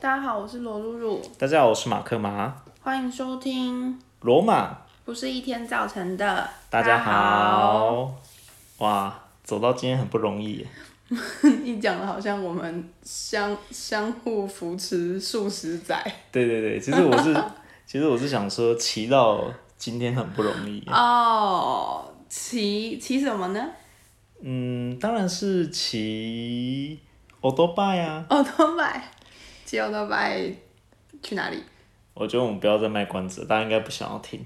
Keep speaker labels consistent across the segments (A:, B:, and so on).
A: 大家好，我是罗露露，
B: 大家好，我是马克马。
A: 欢迎收听，
B: 罗马，
A: 不是一天造成的。
B: 大家 好。哇，走到今天很不容易耶，
A: 大家好，你讲的好像我们相相互扶持数十载
B: 对对对，其实我 是，其实我是想说，骑到今天很不容易。
A: 哦。骑骑什么呢？
B: 嗯，当然是骑欧多拜啊。
A: 奥多拜，骑奥多拜去哪里？
B: 我觉得我们不要再卖关子了，大家应该不想要 听。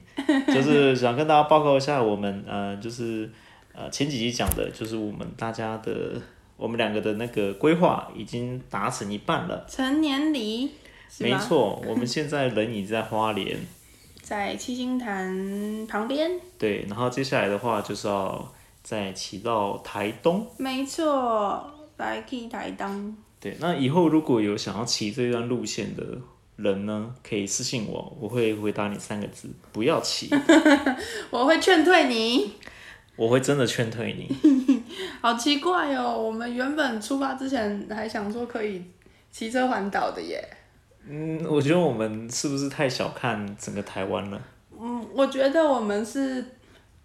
B: 就是想跟大家报告一下，我们呃，就是呃前几集讲的，就是我们大家的，我们两个的那个规划已经达成一半了。
A: 成年礼是
B: 没
A: 吗？
B: 错，我们现在人已在花莲。
A: 在七星潭旁边，
B: 对，然后接下来的话就是要再骑到台东。
A: 没错，来去台东。
B: 对，那以后如果有想要骑这段路线的人呢，可以私信我，我会回答你三个字：不要 骑。
A: 我会劝退你。
B: 我会真的劝退你。
A: 好奇怪哦，我们原本出发之前还想说可以骑车环岛的耶。
B: 嗯，我觉得我们是不是太小看整个台湾了？
A: 嗯，我觉得我们是，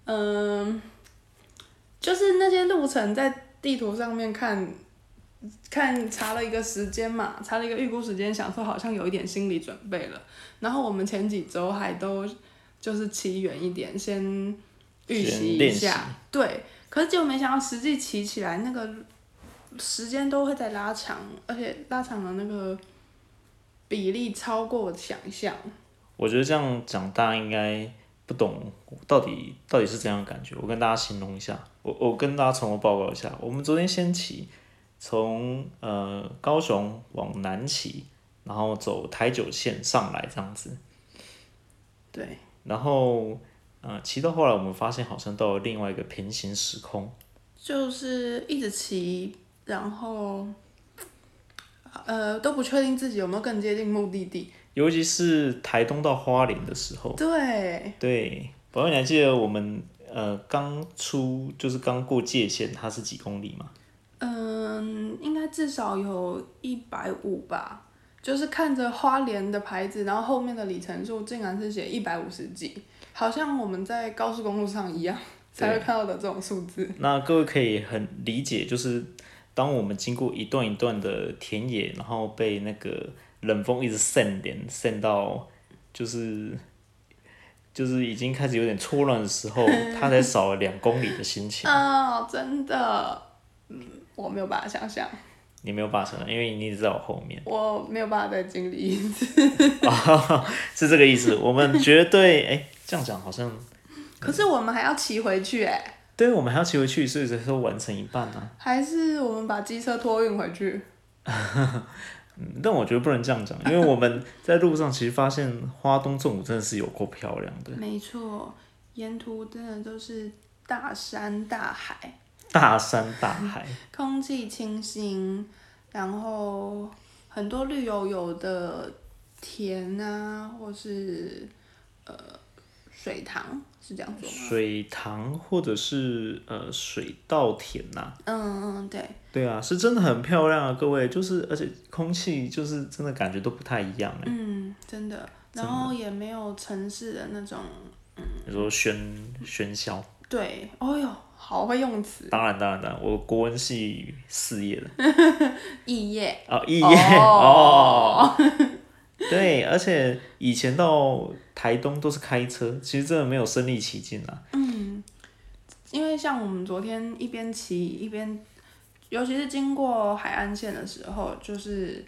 A: 嗯、就是那些路程在地图上面看，看查了一个时间嘛，查了一个预估时间，想说好像有一点心理准备了。然后我们前几周还都就是骑远一点，先预习
B: 先
A: 一
B: 练习
A: 下，对。可是结果没想到实际骑起来那个时间都会在拉长，而且拉长的那个比例超过我的想象。
B: 我觉得这样讲大家应该不懂到底到底是怎样的感觉。我跟大家形容一下，我我跟大家从头报告一下。我们昨天先骑，从呃高雄往南骑，然后走台九线上来这样子，
A: 对，
B: 然后呃骑到后来我们发现好像到了另外一个平行时空，
A: 就是一直骑，然后呃都不确定自己有没有更接近目的地。
B: 尤其是台东到花莲的时候。
A: 对，
B: 对，宝贝，你还记得我们呃刚出就是刚过界限，它是几公里吗？
A: 嗯，应该至少有一百五吧。就是看着花莲的牌子，然后后面的里程数竟然是写一百五十几，好像我们在高速公路上一样才会看到的这种数 字。
B: 那各位可以很理解，就是当我们经过一段一段的田野，然后被那个冷风一直渗脸渗到，就是就是已经开始有点错乱的时候，它才少了两公里的心情。
A: 啊、真的，嗯，我没有办法想象，
B: 你没有办法想象，因为你一直在我后面，
A: 我没有办法再经历一次。
B: 是这个意思。我们绝对哎、这样讲好像，
A: 可是我们还要骑回去哎、
B: 对我们还要骑回去，所以才说完成一半呢、啊
A: 还是我们把机车托运回去？
B: 嗯但我觉得不能这样讲，因为我们在路上其实发现花东纵谷真的是有够漂亮的，
A: 没错，沿途真的都是大山大海，
B: 大山大海，
A: 空气清新，然后很多绿油油的田啊，或是呃水塘，是这样说吗？
B: 水塘或者是呃水稻田呐、
A: 嗯嗯，对，
B: 对啊，是真的很漂亮啊，各位，就是而且空气就是真的感觉都不太一样哎、
A: 嗯，真的。然后也没有城市的那种，
B: 你说喧喧嚣，
A: 对，哦哟，好会用词，
B: 当然当然当然，我国文系四业的
A: 异业，
B: 啊，一业 哦。对，而且以前到台东都是开车，其实真的没有身临其境啊。
A: 因为像我们昨天一边骑一边，尤其是经过海岸线的时候，就是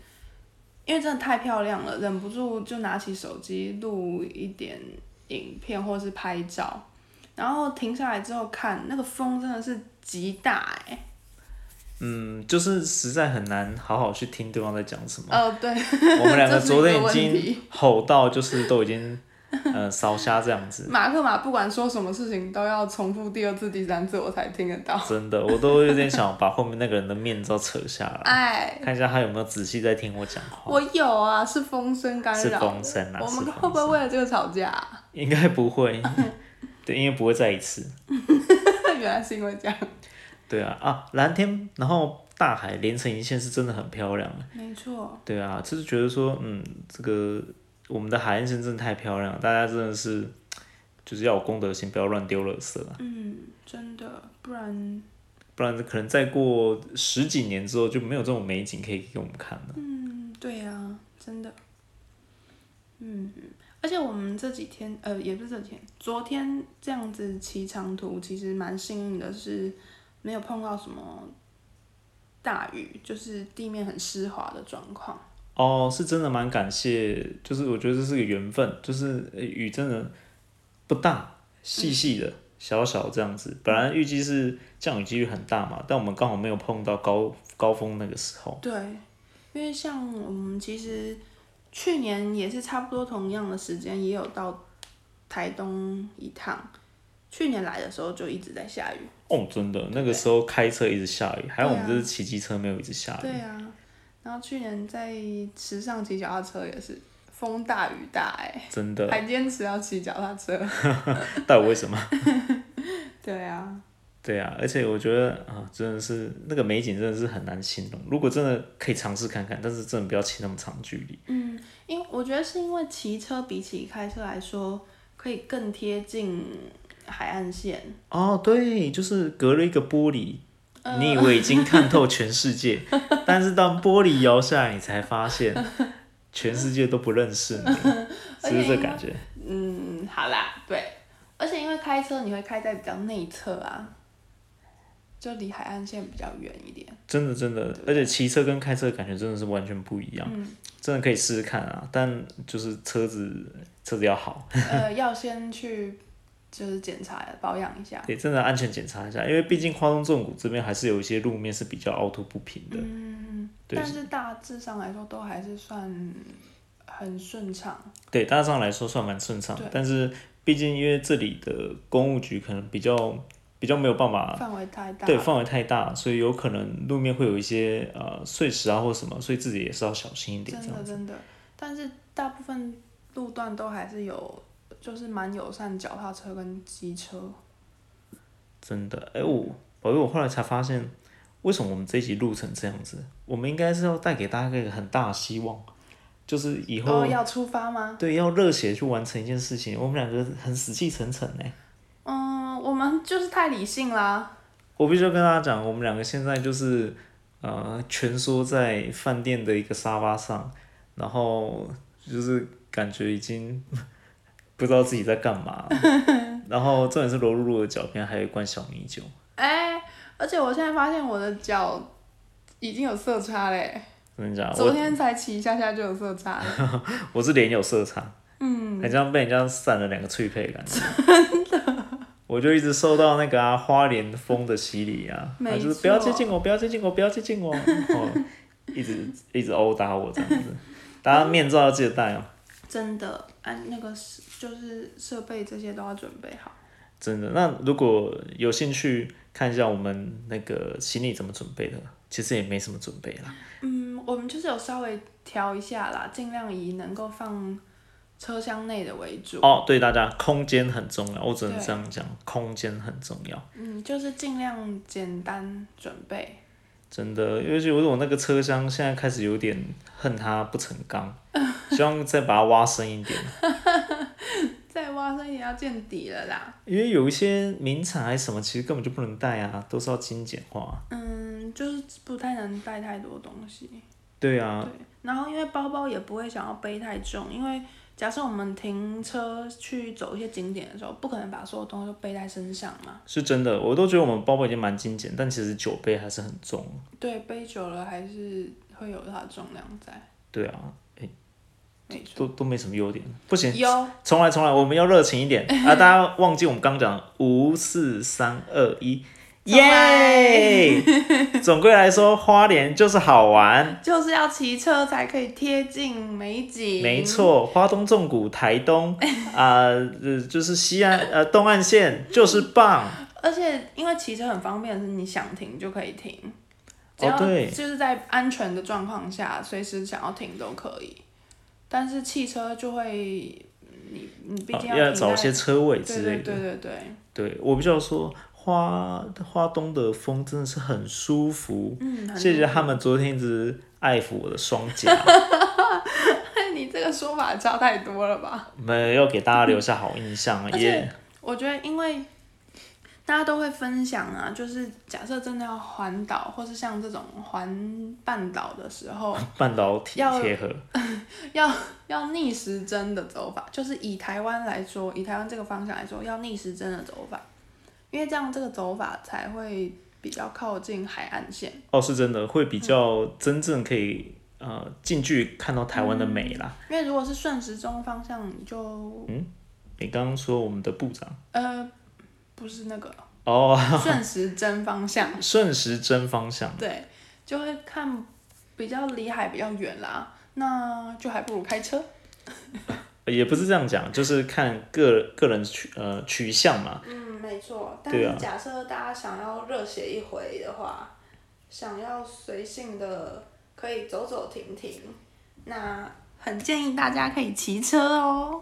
A: 因为真的太漂亮了，忍不住就拿起手机录一点影片或是拍照，然后停下来之后看那个风真的是极大哎、
B: 嗯，就是实在很难好好去听对方在讲什么。
A: 呃对，
B: 我们两
A: 这
B: 个
A: 是一
B: 昨
A: 个
B: 天已
A: 问
B: 经
A: 题
B: 吼到，就是都已经呃烧瞎这样 子，
A: 马克马不管说什么事情都要重复第二次、第三次我才听得到，
B: 真的，我都有点想把后面那个人的面罩扯下 来，
A: 哎，
B: 看一下他有没有仔细在听我讲话。
A: 我有啊，是风声干
B: 是
A: 扰的，
B: 风声啊，
A: 我
B: 是
A: 们会
B: 风
A: 不会
B: 声，
A: 为了这个吵架啊、
B: 应该不会， 对，因为不会再一次。
A: 原来是因为这样。
B: 对啊啊，蓝天，然后大海连成一线，是真的很漂亮。
A: 没错，
B: 对啊，就是觉得说，嗯，这个我们的海岸线真的太漂亮了，大家真的是就是要有公德心，不要乱丢垃圾啊，
A: 嗯，真的，不然，
B: 不然可能再过十几年之后就没有这种美景可以给我们看了。
A: 嗯，对呀、真的，嗯，而且我们这几天，呃，也不是这几天，昨天这样子骑长途，其实蛮幸运的是，没有碰到什么大雨，就是地面很湿滑的状况。
B: 哦，是真的蛮感谢，就是我觉得这是个缘分，就是呃雨真的不大，细细的、小小这样子。本来预计是降雨几率很大嘛，但我们刚好没有碰到高高峰那个时候。
A: 对，因为像我们其实去年也是差不多同样的时间，也有到台东一趟。去年来的时候就一直在下雨。
B: 哦，真的，那个时候开车一直下雨，还有我们这是骑机车没有一直下雨。
A: 对啊，然后去年在池上骑脚踏车也是风大雨大哎、
B: 真的，
A: 还坚持要骑脚踏车。
B: 到底为什么？
A: 对啊，
B: 对啊，而且我觉得啊，真的是那个美景真的是很难形容。如果真的可以尝试看看，但是真的不要骑那么长距离。
A: 嗯，因为我觉得是因为骑车比起开车来说，可以更贴近海岸线。
B: 哦，对，就是隔了一个玻璃，你以为已经看透全世界，但是当玻璃摇下来，你才发现全世界都不认识你，是不是这感觉？
A: 嗯，好啦，对，而且因为开车你会开在比较内侧啊，就离海岸线比较远一点。
B: 真的真的，而且骑车跟开车的感觉真的是完全不一样，真的可以试试看啊。但就是车子车子要好，
A: 呃，要先去就是检查保养一下。
B: 对，真的安全检查一下，因为毕竟花东纵谷这边还是有一些路面是比较凹凸不平的。
A: 嗯，
B: 对
A: 但是大致上来说都还是算很顺畅。
B: 对，大致上来说算蛮顺畅
A: 对，
B: 但是毕竟因为这里的公务局可能比较比较没有办法，
A: 范围太大。
B: 啊对范围太大，所以有可能路面会有一些呃碎石啊或什么，所以自己也是要小心一点这
A: 真的
B: 样子。
A: 真的，但是大部分路段都还是有，就是蛮友善脚踏车跟机车。
B: 真的，哎、我宝贝，我后来才发现，为什么我们这一集录成这样子？我们应该是要带给大家一个很大的希望，就是以后、
A: 哦，要出发吗？
B: 对要热血去完成一件事情。我们两个很死气沉沉哎、
A: 嗯，我们就是太理性啦。
B: 我必须要跟大家讲，我们两个现在就是呃蜷缩在饭店的一个沙发上，然后就是感觉已经不知道自己在干嘛。 然后重点是罗露露的脚边还有一罐小米酒，
A: 哎、而且我现在发现我的脚已经有色差嘞，
B: 真的假的？
A: 昨
B: 啊我
A: 天才骑一下下就有色差了。
B: 我是脸有色差，
A: 嗯，
B: 很像被人家扇了两个脆配的感觉。 真的。我就一直受到那个啊花莲风的洗礼啊，
A: 没
B: 他就是
A: 错
B: 不要接近我，不要接近我，不要接近我， 然后一直一直殴打我这样子。大家面罩要记得戴哦。
A: 真的，按、那个是就是设备这些都要准备好。
B: 真的，那如果有兴趣看一下我们那个行李怎么准备的，其实也没什么准备啦。
A: 嗯，我们就是有稍微调一下啦，尽量以能够放车厢内的为主。
B: 哦，对大家，空间很重要，我只能
A: 对
B: 这样讲，空间很重要，
A: 嗯，就是尽量简单准备。
B: 真的。尤其我我那个车厢现在开始有点恨它不成钢，希望再把它挖深一点，
A: 再嗯挖深也要见底了啦。
B: 因为有一些名产还是什么，其实根本就不能带啊，都是要精简化。
A: 嗯，就是不太能带太多东西。
B: 对啊，
A: 对，然后因为包包也不会想要背太重，因为假设我们停车去走一些景点的时候，不可能把所有东西都背在身上嘛。
B: 是真的，我都觉得我们包包已经蛮精简，但其实酒杯还是很重。
A: 对，背久了还是会有它的重量在。
B: 对啊，
A: 没错。
B: 都都没什么优点，不行，
A: 有，
B: 重来，重来，我们要热情一 点啊！大家忘记我们刚讲五四三二一，
A: 重来
B: 耶！总归来说，花莲就是好玩，
A: 就是要骑车才可以贴近美景。
B: 没。错。花东纵谷、台东啊、呃，就是西岸呃东岸线就是棒。
A: 而且因为骑车很方便，是你想停就可以停，只要
B: 哦对
A: 就是在安全的状况下，随时想要停都可以。但是汽车就会，你你毕
B: 啊
A: 竟
B: 哦要
A: 停
B: 找
A: 在
B: 一些车位
A: 对
B: 之
A: 对
B: 类的。
A: 对对对，
B: 对我比较说，花花东的风真的是很舒服，
A: 嗯，很
B: 谢谢他们昨天一直爱抚我的双颊，
A: 你这个说法差太多了吧？
B: 没有给大家留下好印象，
A: 而
B: 也
A: 我觉得，因为大家都会分享啊，就是假设真的要环岛，或是像这种环半岛的时候，
B: 半导体
A: 要
B: 贴合，
A: 要 要逆时针的走法，就是以台湾来说，以台湾这个方向来说，要逆时针的走法，因为这样这个走法才会比较靠近海岸线。
B: 哦，是真的会比较
A: 嗯
B: 真正可以呃近距离看到台湾的美啦。
A: 因为如果是顺时钟方向，你就
B: 你刚刚说我们的部长
A: 呃不是那个
B: 哦，
A: 顺时针方向，
B: 顺时针方向，
A: 对，就会看比较离海比较远啦，那就还不如开车。
B: 也不是这样讲，就是看个个人取呃取向嘛。
A: 嗯，没错。但
B: 对
A: 是
B: 啊
A: 假设大家想要热血一回的话，想要随性的可以走走停停，那很建议大家可以骑车哦。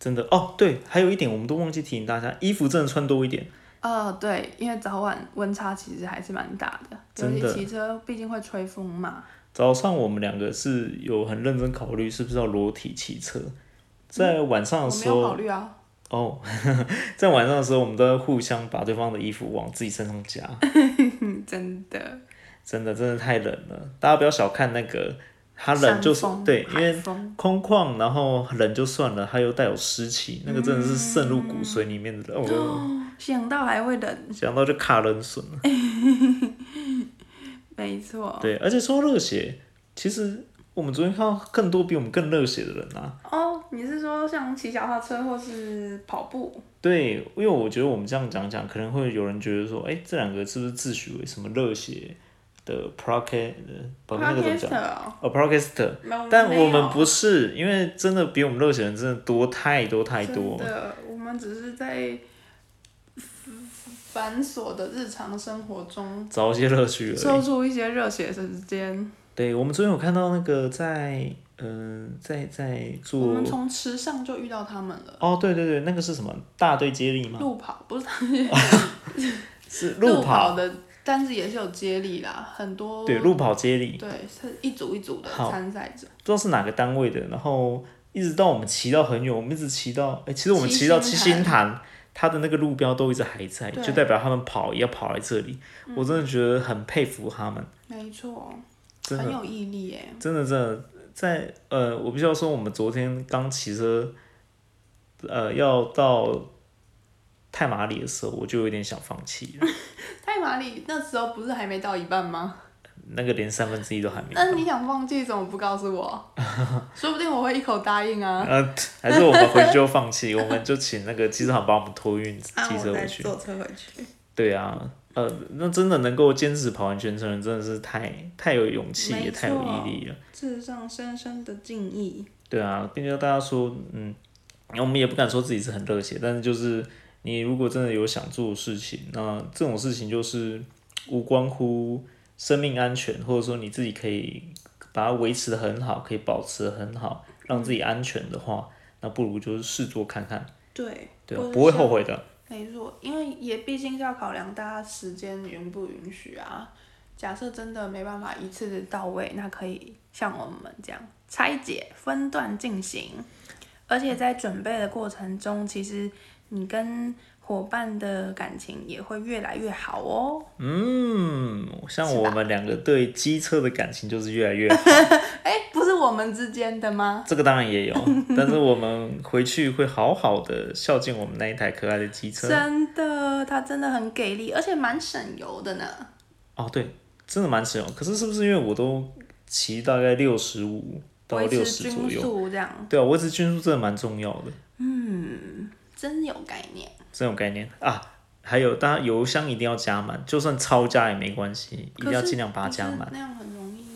B: 真的哦，对，还有一点我们都忘记提醒大家，衣服真的穿多一点。
A: 呃，对，因为早晚温差其实还是蛮大的，尤
B: 真
A: 其
B: 的
A: 骑车，毕竟会吹风嘛。
B: 早上我们两个是有很认真考虑是不是要裸体骑车，在晚上
A: 嗯我
B: 的
A: 没
B: 时
A: 有
B: 候、
A: 考虑 啊，
B: 哦，在晚上的时候我们都要互相把对方的衣服往自己身上夹，
A: 嗯，真的。
B: 真的真的太冷了，大家不要小看那个，它冷就是
A: 山风
B: 对，因为
A: 海风
B: 空旷，然后冷就算了，它又带有湿气，那个真的是渗入
A: 嗯
B: 骨髓里面的，哦，
A: 想到还会冷，
B: 想到就卡人损了。
A: 没错。
B: 对，而且说热血，其实我们昨天看到更多比我们更热血的人啊。
A: 哦，你是说像骑脚踏车或是跑步？
B: 对，因为我觉得我们这样讲讲，可能会有人觉得说，哎，这两个是不是自诩为什么热血的 p r o c a s t 把那个怎么讲？
A: Podcaster
B: 哦 p r o c a s t
A: 哦
B: 但
A: 没有
B: 我们不是，因为真的比我们热血的人真的多太多太多
A: 真。的，我们只是在繁琐的日常生活中
B: 找一些乐趣而已。
A: 抽出一些热血时间。
B: 对，我们昨天有看到那个在，嗯、在在
A: 我
B: 做
A: 们，从池上就遇到他们了，
B: 哦，对对对，那个是什么大队接力吗？
A: 路跑不是
B: 是
A: 路
B: 路
A: 跑的，但是也是有接力啦，很多
B: 对，路跑接力，
A: 对是一组一组的
B: 好
A: 参赛者。
B: 不知道是哪个单位的，然后一直到我们骑到很远，我们一直骑到，哎、其实我们
A: 七
B: 骑到
A: 星
B: 七
A: 潭
B: 星潭，它的那个路标都一直还在，
A: 对
B: 就代表他们跑也要跑来这里，我真的觉得很佩服他们，
A: 没错，
B: 嗯真的
A: 很有毅力耶。
B: 真的真的在呃，我必须要说，我们昨天刚骑车，呃，要到泰马里的时候，我就有点想放弃了，
A: 泰马里那时候不是还没到一半吗？
B: 那个连三分之一都还没到。
A: 但是你想放弃，怎么不告诉 我？说不定我会一口答应啊。
B: 呃，还是我们回去就放弃，我们就请那个机车行把我们托运
A: 啊
B: 机嗯车回去。
A: 坐车回去。
B: 对啊，呃，那真的能够坚持跑完全程的人，真的是太太有勇气，
A: 没
B: 也太有
A: 错
B: 毅力了。
A: 致上深深的敬意。
B: 对啊，并且大家说，嗯，我们也不敢说自己是很热血，但是就是你如果真的有想做的事情，那这种事情就是无关乎生命安全，或者说你自己可以把它维持的很好，可以保持的很好，让自己安全的话，那不如就是试做看看，
A: 对，
B: 对
A: 或
B: 啊
A: 者，
B: 不会
A: 像
B: 后悔的。
A: 没错，因为也毕竟是要考量大家时间允不允许啊。假设真的没办法一次到位，那可以像我们这样拆解、分段进行。而且在准备的过程中，其实你跟伙伴的感情也会越来越好哦。
B: 嗯，像
A: 是吧
B: 我们两个对机车的感情就是越来越好。
A: 哎，不是我们之间的吗？
B: 这个当然也 有，但是我们回去会好好的孝敬我们那一台可爱的机车。
A: 真的，它真的很给力，而且蛮省油的呢。
B: 哦，对，真的蛮实用。可是是不是因为我都骑大概六十五到
A: 维
B: 六
A: 持
B: 十
A: 均
B: 左右？
A: 速这样，
B: 对啊，维持均速真的蛮重要的，
A: 真有概念。
B: 这种概念啊。还有，当然油箱一定要加满，就算超加也没关系，一定要
A: 可是
B: 尽量把它加满
A: 可。是那样很容易。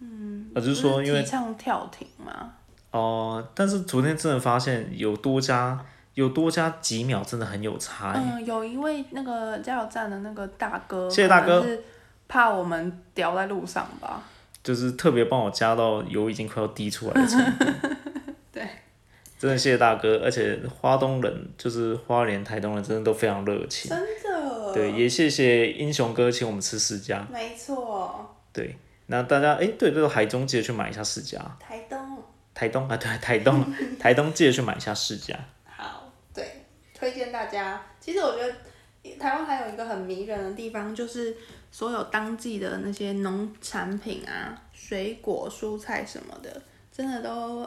A: 嗯，
B: 我就是说
A: 不
B: 因为
A: 提倡跳停嘛，
B: 哦、但是昨天真的发现有多加有多加几秒，真的很有差、欸。
A: 嗯，有一位那个加油站的那个大哥，
B: 谢谢大哥，
A: 怕我们掉在路上吧？
B: 就是特别帮我加到油已经快要滴出来的程度。
A: 对，
B: 真的谢谢大哥，而且花东人就是花莲、台东人，真的都非常热情。
A: 真的
B: 对，也谢谢英雄哥请我们吃释迦。
A: 没错，
B: 对，那大家哎，对对，对海中记得去买一下释迦。
A: 台东
B: 台东啊，对，台 东啊，台东记得去买一下释迦。
A: 好，对，推荐大家。其实我觉得台湾还有一个很迷人的地方，就是所有当季的那些农产品啊、水果、蔬菜什么的，真的都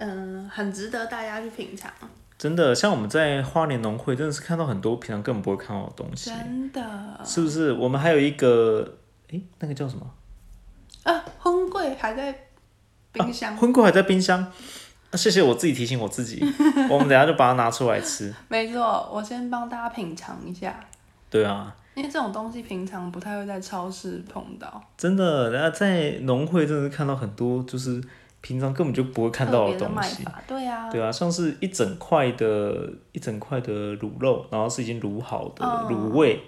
A: 嗯、很值得大家去品尝。
B: 真的，像我们在花莲农会，真的是看到很多平常根本不会看到的东西，
A: 真的啊，
B: 是不是？我们还有一个，哎，那个叫什么？
A: 啊烘柜还在冰箱，
B: 荤啊锅还在冰箱。啊谢谢我自己提醒我自 己，我们等一下就把它拿出来吃。
A: 没错，我先帮大家品尝一下，
B: 对啊，
A: 因为这种东西平常不太会在超市碰到，
B: 真的，然后在农会真的是看到很多，就是平常根本就不会看
A: 特
B: 到
A: 别的
B: 东
A: 卖
B: 西。
A: 法，对啊，
B: 对啊，像是一整块的一整块的卤肉，然后是已经卤好的
A: 哦
B: 卤味，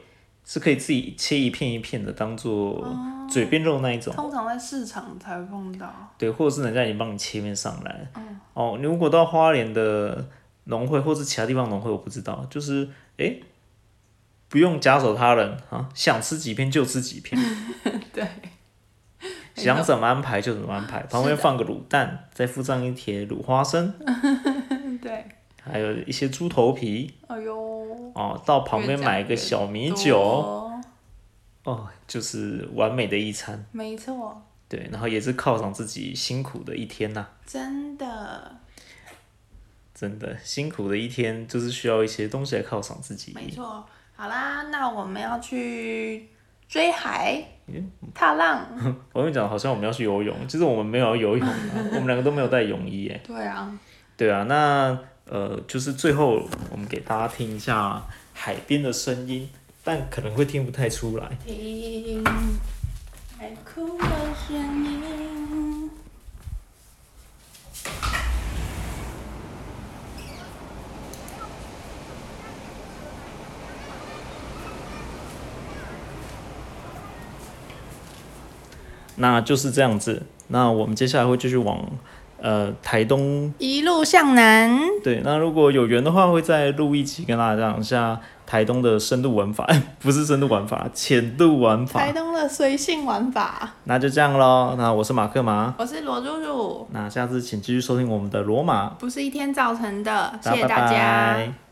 B: 是可以自己切一片一片的当做
A: 哦
B: 嘴边肉那一种，
A: 通常在市场才会碰到。
B: 对，或者是人家已经帮你切面上来。哦，你如果到花莲的农会或是其他地方农会，我不知道，就是诶，不用假手他人啊，想吃几片就吃几片，
A: 对，
B: 想怎么安排就怎么安排，旁边放个卤蛋，再附上一碟卤花生，
A: 对，
B: 还有一些猪头皮。
A: 哎呦，
B: 哦，到旁边买一个小米酒，
A: 多，
B: 哦，就是完美的一餐。
A: 没错，
B: 对，然后也是犒赏自己辛苦的一天呐、
A: 真的，
B: 真的辛苦的一天，就是需要一些东西来犒赏自己。
A: 没错。好啦，那我们要去追海、踏浪。
B: 我跟你讲，好像我们要去游泳，其实我们没有要游泳啊，我们两个都没有带泳衣耶。
A: 对啊，
B: 对啊，那呃，就是最后我们给大家听一下海边的声音，但可能会听不太出来。
A: 听海哭的声音。
B: 那就是这样子。那我们接下来会继续往呃台东
A: 一路向南，
B: 对，那如果有缘的话，会再录一集跟大家讲一下台东的深度玩法， 不是深度玩法，浅度玩法
A: 台。东的随性玩法。
B: 那就这样喽。那我是马克马，
A: 我是罗露露，
B: 那下次请继续收听我们的罗马。
A: 不是一天造成的，谢谢
B: 拜
A: 大家。
B: 拜